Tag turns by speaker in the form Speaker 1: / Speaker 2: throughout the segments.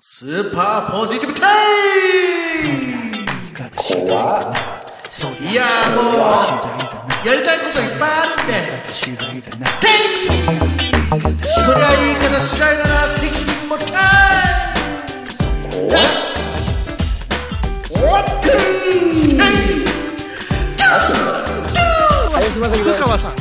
Speaker 1: スーパーポジティブタイムいやーもうやりたいこといっぱいあるんでテイムそりゃ言い方次第だな敵にもタイム福川さん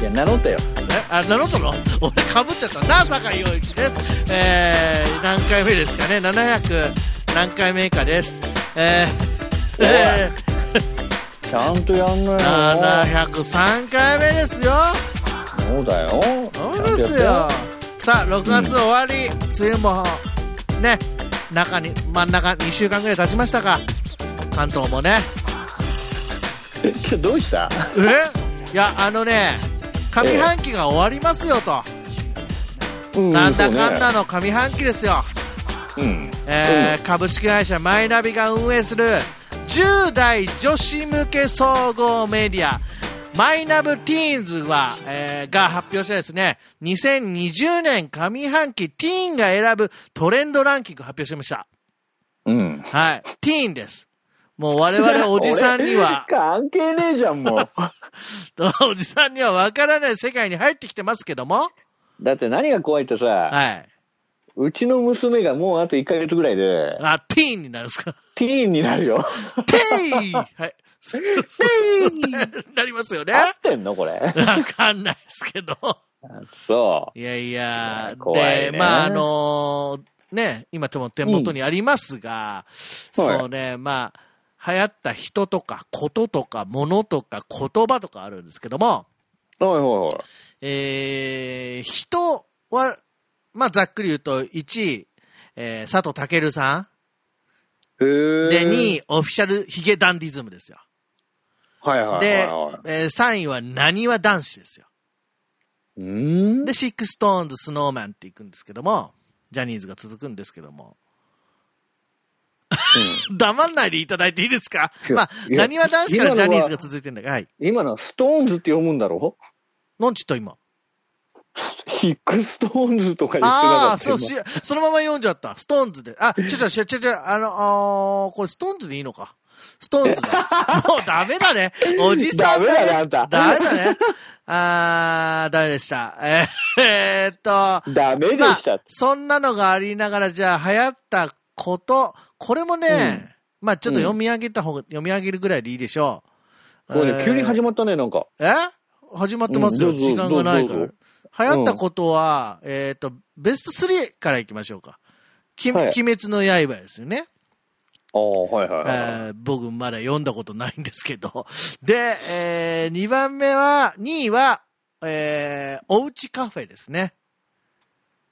Speaker 2: いや、名乗ったよ。
Speaker 1: えあ、なるほどの俺かぶっちゃったな、坂井陽一です。えー、何回目ですかね、700何回目かです。えー、えー
Speaker 2: ちゃんとやんのよ。
Speaker 1: 703回目ですよ。
Speaker 2: そうだよ。
Speaker 1: そうですよ。さあ、6月終わり、梅雨も、ね、中に、真ん中2週間ぐらい経ちましたか。関東もね。
Speaker 2: ちゃんとやってよ。どうした
Speaker 1: えいや、あのね、上半期が終わりますよと。なんだかんだの上半期ですよ。
Speaker 2: うん。
Speaker 1: えー株式会社マイナビが運営する10代女子向け総合メディアマイナブティーンズは、えーが発表したですね、2020年上半期ティーンが選ぶトレンドランキング発表しました。
Speaker 2: うん。
Speaker 1: はい。ティーンです。もう我 々おじさんには、
Speaker 2: 俺関係ねえじゃん、もう。
Speaker 1: おじさんにはわからない世界に入ってきてますけども、
Speaker 2: だって何が怖いってさ、
Speaker 1: はい。
Speaker 2: うちの娘がもうあと1ヶ月ぐらいで、
Speaker 1: あ、ティーンになるんですか。
Speaker 2: ティーンになるよ。
Speaker 1: テイはい。 なりますよね。
Speaker 2: 合ってんのこれ。
Speaker 1: わかんないですけど。
Speaker 2: そ
Speaker 1: いやいや、
Speaker 2: 怖いね
Speaker 1: で、まあ、あのーね、今ちょっと手元にありますが、そうね、まあ、流行った人とか、こととか、ものとか、言葉とかあるんですけども、
Speaker 2: う。はいは
Speaker 1: えー、人は、まあ、ざっくり言うと、1位、えー佐藤健さん。
Speaker 2: いはい。
Speaker 1: で、
Speaker 2: へえ
Speaker 1: 2位、オフィシャルヒゲダンディズムですよ。
Speaker 2: はいはいはい
Speaker 1: で
Speaker 2: は、
Speaker 1: えー3位は、なにわ男子ですよ。
Speaker 2: い。うん
Speaker 1: で、シックストーンズ、スノーマンっていくんですけども、ジャニーズが続くんですけども。 黙んないでいただいていいですか
Speaker 2: いや
Speaker 1: まあ、
Speaker 2: いや
Speaker 1: なにわ男子から
Speaker 2: 今
Speaker 1: ジ
Speaker 2: の
Speaker 1: ャ
Speaker 2: は
Speaker 1: ニーズが続いてんだから、はい。
Speaker 2: 今のはストーンズって読むんだろ
Speaker 1: のんちっと今。
Speaker 2: ヒックストーンズとか言ってな
Speaker 1: ああ
Speaker 2: か
Speaker 1: ー、
Speaker 2: った。
Speaker 1: そうし、そのまま読んじゃった。ストーンズで。あ、ちょちょちょちょちょ、あの、あーこれストーンズでいいのか。ストーンズ です。もうダメだね。おじさん
Speaker 2: ダメだねあんた
Speaker 1: ダメだね。あー、ダメでした。えーえーっと、
Speaker 2: 今ダメで
Speaker 1: ま
Speaker 2: した
Speaker 1: あ。、そんなのがありながら、じゃあ流行ったこと、これもね、まあちょっと読み上げた方が、読み上げるぐらいでいいでしょう。
Speaker 2: これね、急に始
Speaker 1: ま
Speaker 2: まったね、なんか。
Speaker 1: え始まってますよ。
Speaker 2: うんどう
Speaker 1: 時
Speaker 2: ぞ
Speaker 1: 間がないか
Speaker 2: どう
Speaker 1: ら
Speaker 2: ぞ。
Speaker 1: 流行ったことは、えっ、と、ベスト3からいきましょうか。き
Speaker 2: はい
Speaker 1: 鬼滅の刃ですよね、
Speaker 2: ああ、はいはい
Speaker 1: え
Speaker 2: はいはい。
Speaker 1: ー僕まだ読んだことないんですけど。で、え2番目は、2位は、えー、おうちカフェですね。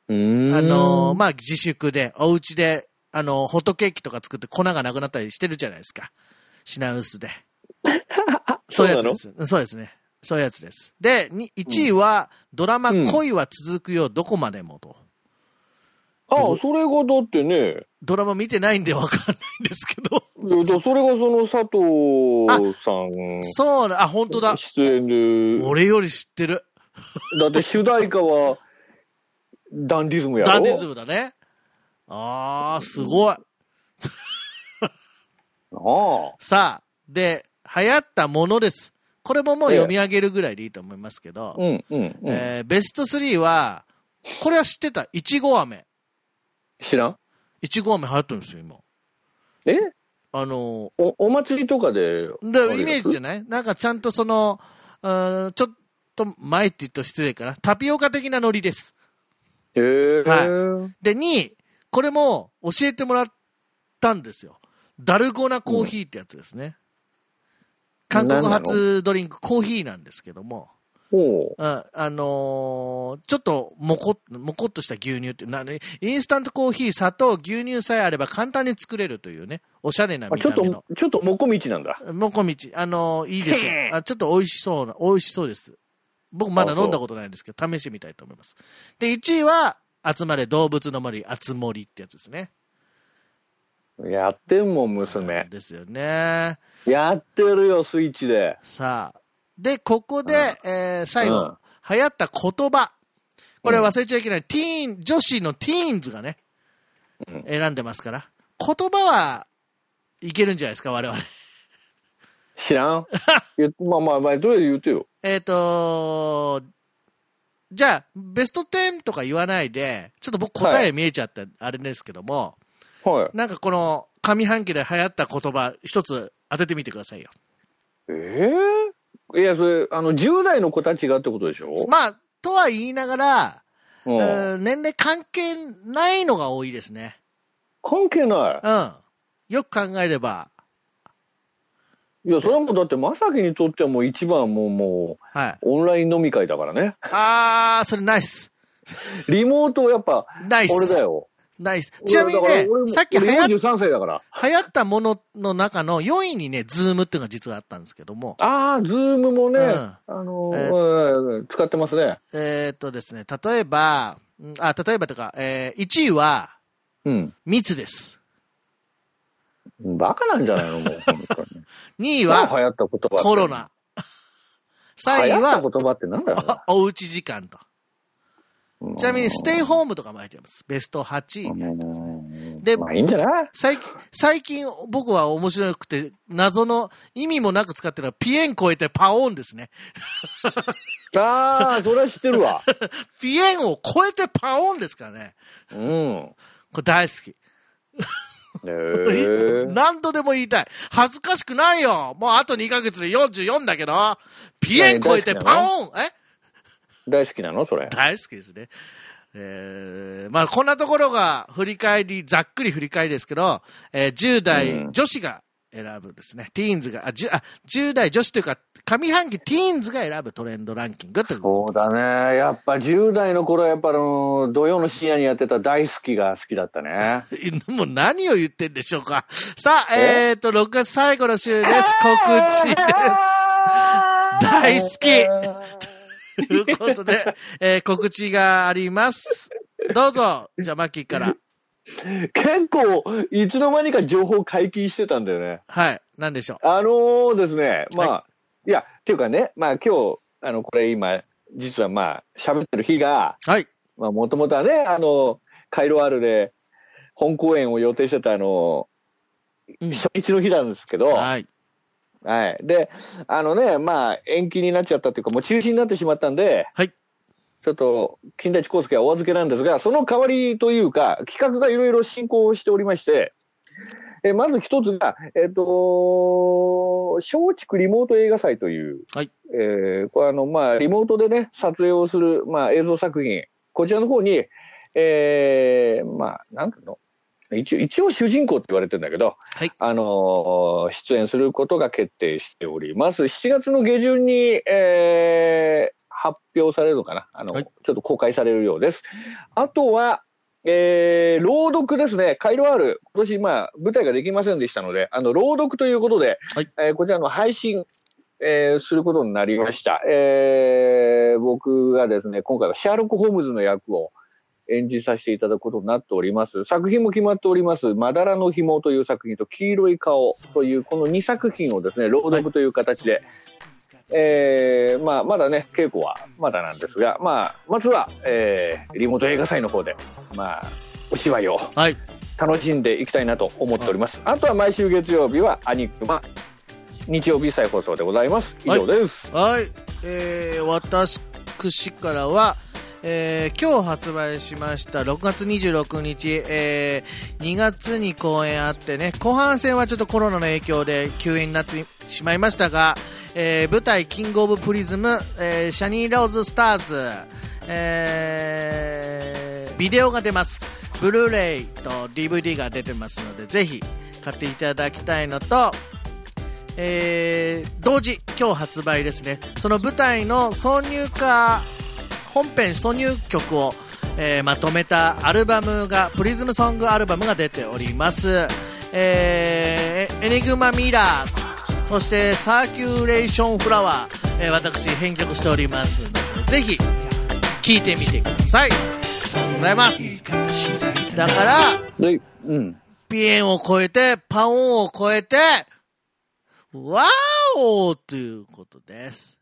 Speaker 2: うーん
Speaker 1: あのーまあ、自粛で、お家で、あのーホットケーキとか作って粉がなくなったりしてるじゃないですか。品薄 で。そういうやつです。うんそうですね。そういうやつです。で、に1位は、ドラマ、
Speaker 2: うん
Speaker 1: 恋は続くよ、どこまでもと。
Speaker 2: ああ、それがだってね、
Speaker 1: ドラマ見てないんでわかんないんですけど。
Speaker 2: だそれがその佐藤さん
Speaker 1: そうな、あ、本当だ。
Speaker 2: 出演で、
Speaker 1: 俺より知ってる。
Speaker 2: だって主題歌はダンディズムやろ
Speaker 1: ダンディズムだね。あー、すごい。
Speaker 2: あ
Speaker 1: さあ、で、流行ったものです。これももう読み上げるぐらいでいいと思いますけど。
Speaker 2: あ。うんうんうん。
Speaker 1: えーベスト3は、これは知ってた、いちご飴。
Speaker 2: 知らん
Speaker 1: いちご飴流行ってるんですよ、今。
Speaker 2: え
Speaker 1: あの
Speaker 2: おお祭りとかで。
Speaker 1: ーで、イメージじゃ
Speaker 2: ん。
Speaker 1: ないなんかちゃんとその、うーんちょっと前って言うと失礼かな。タピオカ的なノリです。
Speaker 2: へえ。
Speaker 1: で、2位、これも教えてもらったんですよ。ダルゴナコーヒーってやつですね。韓国発ドリンク、コーヒーなんですけども。
Speaker 2: おう
Speaker 1: ああのーちょっともこ、もこっとした牛乳っていうな、ね、インスタントコーヒー、砂糖、牛乳さえあれば簡単に作れるというね、おしゃれな
Speaker 2: あ
Speaker 1: 見
Speaker 2: ちょった
Speaker 1: 目の
Speaker 2: と、。ちょっともこみちなんだ。
Speaker 1: もこみち、あのーいいですよ
Speaker 2: へ。ー
Speaker 1: あちょっと美味しそうな、美味しそうです。僕まだ
Speaker 2: あそう
Speaker 1: 飲んだことないんですけど、試してみたいと思います。で、1位は、集まれ動物の森、あつ森ってやつですね。
Speaker 2: やってんもん、娘。
Speaker 1: ですよね。
Speaker 2: やってるよ、スイッチで。
Speaker 1: さあ。で、ここで、えー最
Speaker 2: う
Speaker 1: 後
Speaker 2: ん、
Speaker 1: 流行った言葉。これ忘れちゃいけない。ティーン、女子のティーンズがね、
Speaker 2: うん
Speaker 1: 選んでますから。言葉はいけるんじゃないですか、我々。
Speaker 2: 知らん 言っまあまあまあ、とりあえず言ってよ。
Speaker 1: えっ、とじゃあ、ベスト10とか言わないで、ちょっと僕答え見えちゃって、あれですけども、
Speaker 2: はい。
Speaker 1: なんかこの上半期で流行った言葉、一つ当ててみてくださいよ。
Speaker 2: ええいや、それ、あの、10代の子たちがってことでしょ
Speaker 1: まあ、とは言いながら、
Speaker 2: うん
Speaker 1: うん年齢関係ないのが多いですね。
Speaker 2: 関係な
Speaker 1: うん。よく考えれば、
Speaker 2: い。いや、それはもうだって、まさきにとってはもう一番はもう、も
Speaker 1: はい。
Speaker 2: う、オンライン飲み会だか らね。
Speaker 1: あー、それナイス。
Speaker 2: リモートはやっぱ、
Speaker 1: ナイス。
Speaker 2: 俺だよ。
Speaker 1: ナイス。ちなみに
Speaker 2: 俺だ
Speaker 1: ね
Speaker 2: から俺、も
Speaker 1: さっき流
Speaker 2: 俺
Speaker 1: 行っ
Speaker 2: 43歳だから。
Speaker 1: 流行ったものの中の4位にね、ズームっていうのが実はあったんですけども、
Speaker 2: ああ、ズームもね、
Speaker 1: うん
Speaker 2: あの
Speaker 1: え
Speaker 2: うん使ってますね。
Speaker 1: えーっとですね、例えば、んあ、例えばとか、えー、1位は、
Speaker 2: うん。
Speaker 1: 密です。
Speaker 2: バカなんじゃないの もう。本当に
Speaker 1: 2位
Speaker 2: さあ
Speaker 1: は、
Speaker 2: 流行った言葉。
Speaker 1: コロ。ナ。3
Speaker 2: 流
Speaker 1: 位
Speaker 2: 行った
Speaker 1: は、
Speaker 2: 言葉ってなんだろうな
Speaker 1: おうち時間と。
Speaker 2: うん
Speaker 1: ちなみに、ステイホームとかも入ってます。ベスト8位に入ってますね。で
Speaker 2: で、まあいいんじゃない
Speaker 1: 最近、最近僕は面白くて、謎の意味もなく使ってるのは、ピエン超えてパオーンですね。
Speaker 2: ああ、それは知ってる わ。
Speaker 1: ピエンを超えてパオーンですからね。
Speaker 2: うん。
Speaker 1: これ大好き。
Speaker 2: へ え。
Speaker 1: 何度でも言いたい。恥ずかしくないよ。もうあと2ヶ月で44だけど、ピエン超えてパオーンえ
Speaker 2: 大好きなのそれ。
Speaker 1: 大好きですね。えー、まあこんなところが振り返り、ざっくり振り返りですけど、えー10
Speaker 2: う
Speaker 1: 代
Speaker 2: ん
Speaker 1: 女子が選ぶですね。ティーンズが、あ、じゅあ10代女子というか、上半期ティーンズが選ぶトレンドランキングという
Speaker 2: そ
Speaker 1: こ
Speaker 2: う
Speaker 1: とです
Speaker 2: だね。やっぱ10代の頃はやっぱあの、土曜の深夜にやってた大好きが好きだったね。
Speaker 1: もう何を言ってんでしょうか。さあ、えっ、ー、と、6月最後の週です。告知 です。大好きということで、えー告知があります。どうぞ、じゃあマッキーから。
Speaker 2: 結構、いつの間にか情報解禁してたんだよね。
Speaker 1: はい、何でしょ
Speaker 2: あのーですね、まあ、い、や、っていうかね、まあ今日、あの、これ今、実はまあ、喋ってる日が、
Speaker 1: う。はい。
Speaker 2: まあもともとはね、あの、カイロアールで本公演を予定してたあの、
Speaker 1: うん
Speaker 2: 初日の日なんですけど、は
Speaker 1: はい。
Speaker 2: い、で、あのね、まあ延期になっちゃったっていうか、もう中止になってしまったんで、
Speaker 1: はい
Speaker 2: ちょっと、金田一耕介はお預けなんですが、その代わりというか、企画がいろいろ進行しておりまして、えまず一つが、えっ、と、松竹リモート映画祭という、
Speaker 1: はい
Speaker 2: えーこれあの、まあ、リモートでね、撮影をする、まあ、映像作品、こちらの方に、えーまあ、なんていうの一応、一応主人公って言われてるんだけど、
Speaker 1: はい
Speaker 2: あのー出演することが決定しております。7月の下旬に、えー発表されるのかなあの、
Speaker 1: はい
Speaker 2: ちょっと公開されるようです。あとは、えー朗読ですね。カイロアール、今年、まあ、舞台ができませんでしたので、あの、朗読ということで、
Speaker 1: はい
Speaker 2: えーこちらの配信、えーすることになりました。えー僕がですね、今回はシャーロック・ホームズの役を演じさせていただくことになっております。作品も決まっております、まだらの紐という作品と、黄色い顔という、この2作品をですね、朗読という形で、えーまあ、まだね、稽古はまだなんですが、まあ、まずは、えーリモート映画祭の方で、まあ、お芝居を
Speaker 1: はい。
Speaker 2: 楽しんでいきたいなと思っております。あとは毎週月曜日はアニクマ、日曜日再放送でございます。以上です。
Speaker 1: はい。えー、私からは、えー今日発売しました6月26日、えー2月に公演あってね、後半戦はちょっとコロナの影響で休演になってしまいましたが、えー舞台キングオブプリズム、えーシャニー・ローズ・スターズ、えービデオが出ます。ブルーレイと DVD が出てますので、ぜひ買っていただきたいのと、えー同時今日発売ですねその舞台の挿入歌本編挿入曲を、えーまとめたアルバムがプリズムソングアルバムが出ております、えーエエニグマミラーそしてサーキュレーションフラワー、えー私編曲しておりますのでぜひ聴いてみてくださいありがとうございますだから
Speaker 2: で、うん。
Speaker 1: ピエンを超えて、パオンを超えて、ワーオーということです。